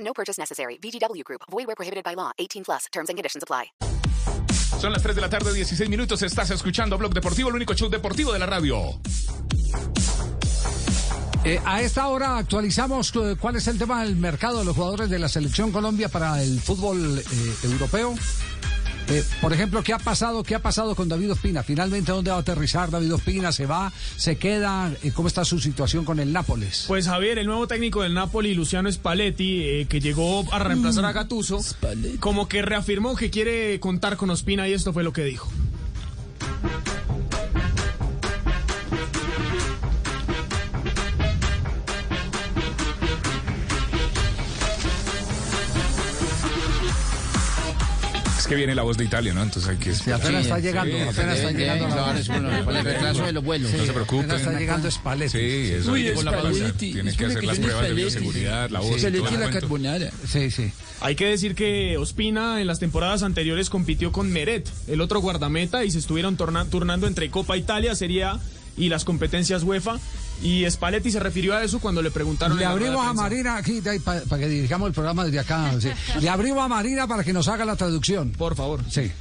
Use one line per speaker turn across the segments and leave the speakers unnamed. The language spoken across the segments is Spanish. No purchase necessary. VGW Group. Void where prohibited by law. 18 plus. Terms and conditions apply.
Son las 3 de la tarde, 16 minutos. Estás escuchando Blog Deportivo, el único show deportivo de la radio.
Eh, a esta hora actualizamos eh, cuál es el tema del mercado de los jugadores de la selección Colombia para el fútbol eh, europeo. Eh, por ejemplo, ¿qué ha pasado? ¿Qué ha pasado con David Ospina? Finalmente, ¿dónde va a aterrizar David Ospina? ¿Se va? ¿Se queda? Eh, ¿Cómo está su situación con el Nápoles?
Pues Javier, el nuevo técnico del Napoli, Luciano Spalletti, eh, que llegó a reemplazar a Gattuso, como que reafirmó que quiere contar con Ospina y esto fue lo que dijo.
Es que viene la voz de Italia, ¿no? Entonces hay que...
Sí, apenas está llegando, apenas está llegando.
Con el retraso de los vuelos.
No se
Apenas está
preocupen.
llegando Spalletti.
Sí, eso
Uy,
hay que pasar.
Spalletti.
Tienes que
Disculpe
hacer
que
las
yo no
pruebas de
Spalletti.
bioseguridad, la voz
Se
y
le
todo el
echa la
cuento.
carbonara.
Sí, sí.
Hay que decir que Ospina en las temporadas anteriores compitió con Meret, el otro guardameta, y se estuvieron torna- turnando entre Copa Italia, Serie A y las competencias UEFA. Y Spalletti se refirió a eso cuando le preguntaron.
Le
en la rueda de
abrimos a
prensa.
Marina aquí para que dirijamos el programa desde acá. sí. Le abrimos a Marina para que nos haga la traducción.
Por favor.
Sí.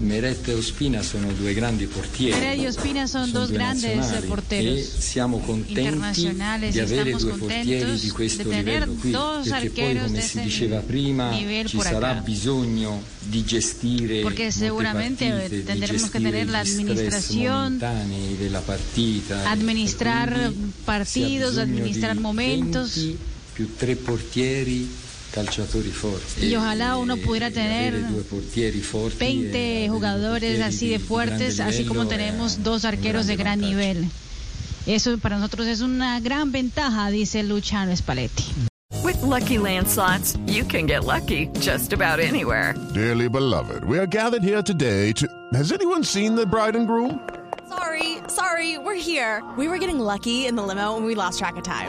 Meret e Ospina sono due grandi portieri.
Meret e Ospina son
Sono
dos
due
grandes,
nazionali
eh, porteros
E siamo contenti
internazionales.
di avere
Estamos
due portieri
contentos
di questo
de tener
livello qui.
dos
Perché poi,
arqueros
come
de
si
ese
diceva prima,
nivel
ci
por
sarà
acá.
bisogno di gestire
Porque
molte
seguramente
partite, di
tendremos que
gestire
tener la
gli stress
administración,
momentanei della partita.
administrar
E quindi
partidos,
si ha bisogno
administrar
di
momentos.
20 più tre portieri calciatori forti.
Y ojalá uno
Eh,
pudiera tener
avere due portieri forti, eh,
20
avere
jugadores
portieri
así
di-
de
di
fuertes,
grande
así como
livello, eh,
tenemos dos
un
arqueros de gran
vantaggio.
nivel. Eso para nosotros es una gran ventaja, dice Luciano Spalletti.
With Lucky Land slots, you can get lucky just about anywhere.
Dearly beloved, we are gathered here today to. Has anyone seen the bride and groom?
Sorry, sorry, we're here. We were getting lucky in the limo and we lost track of time.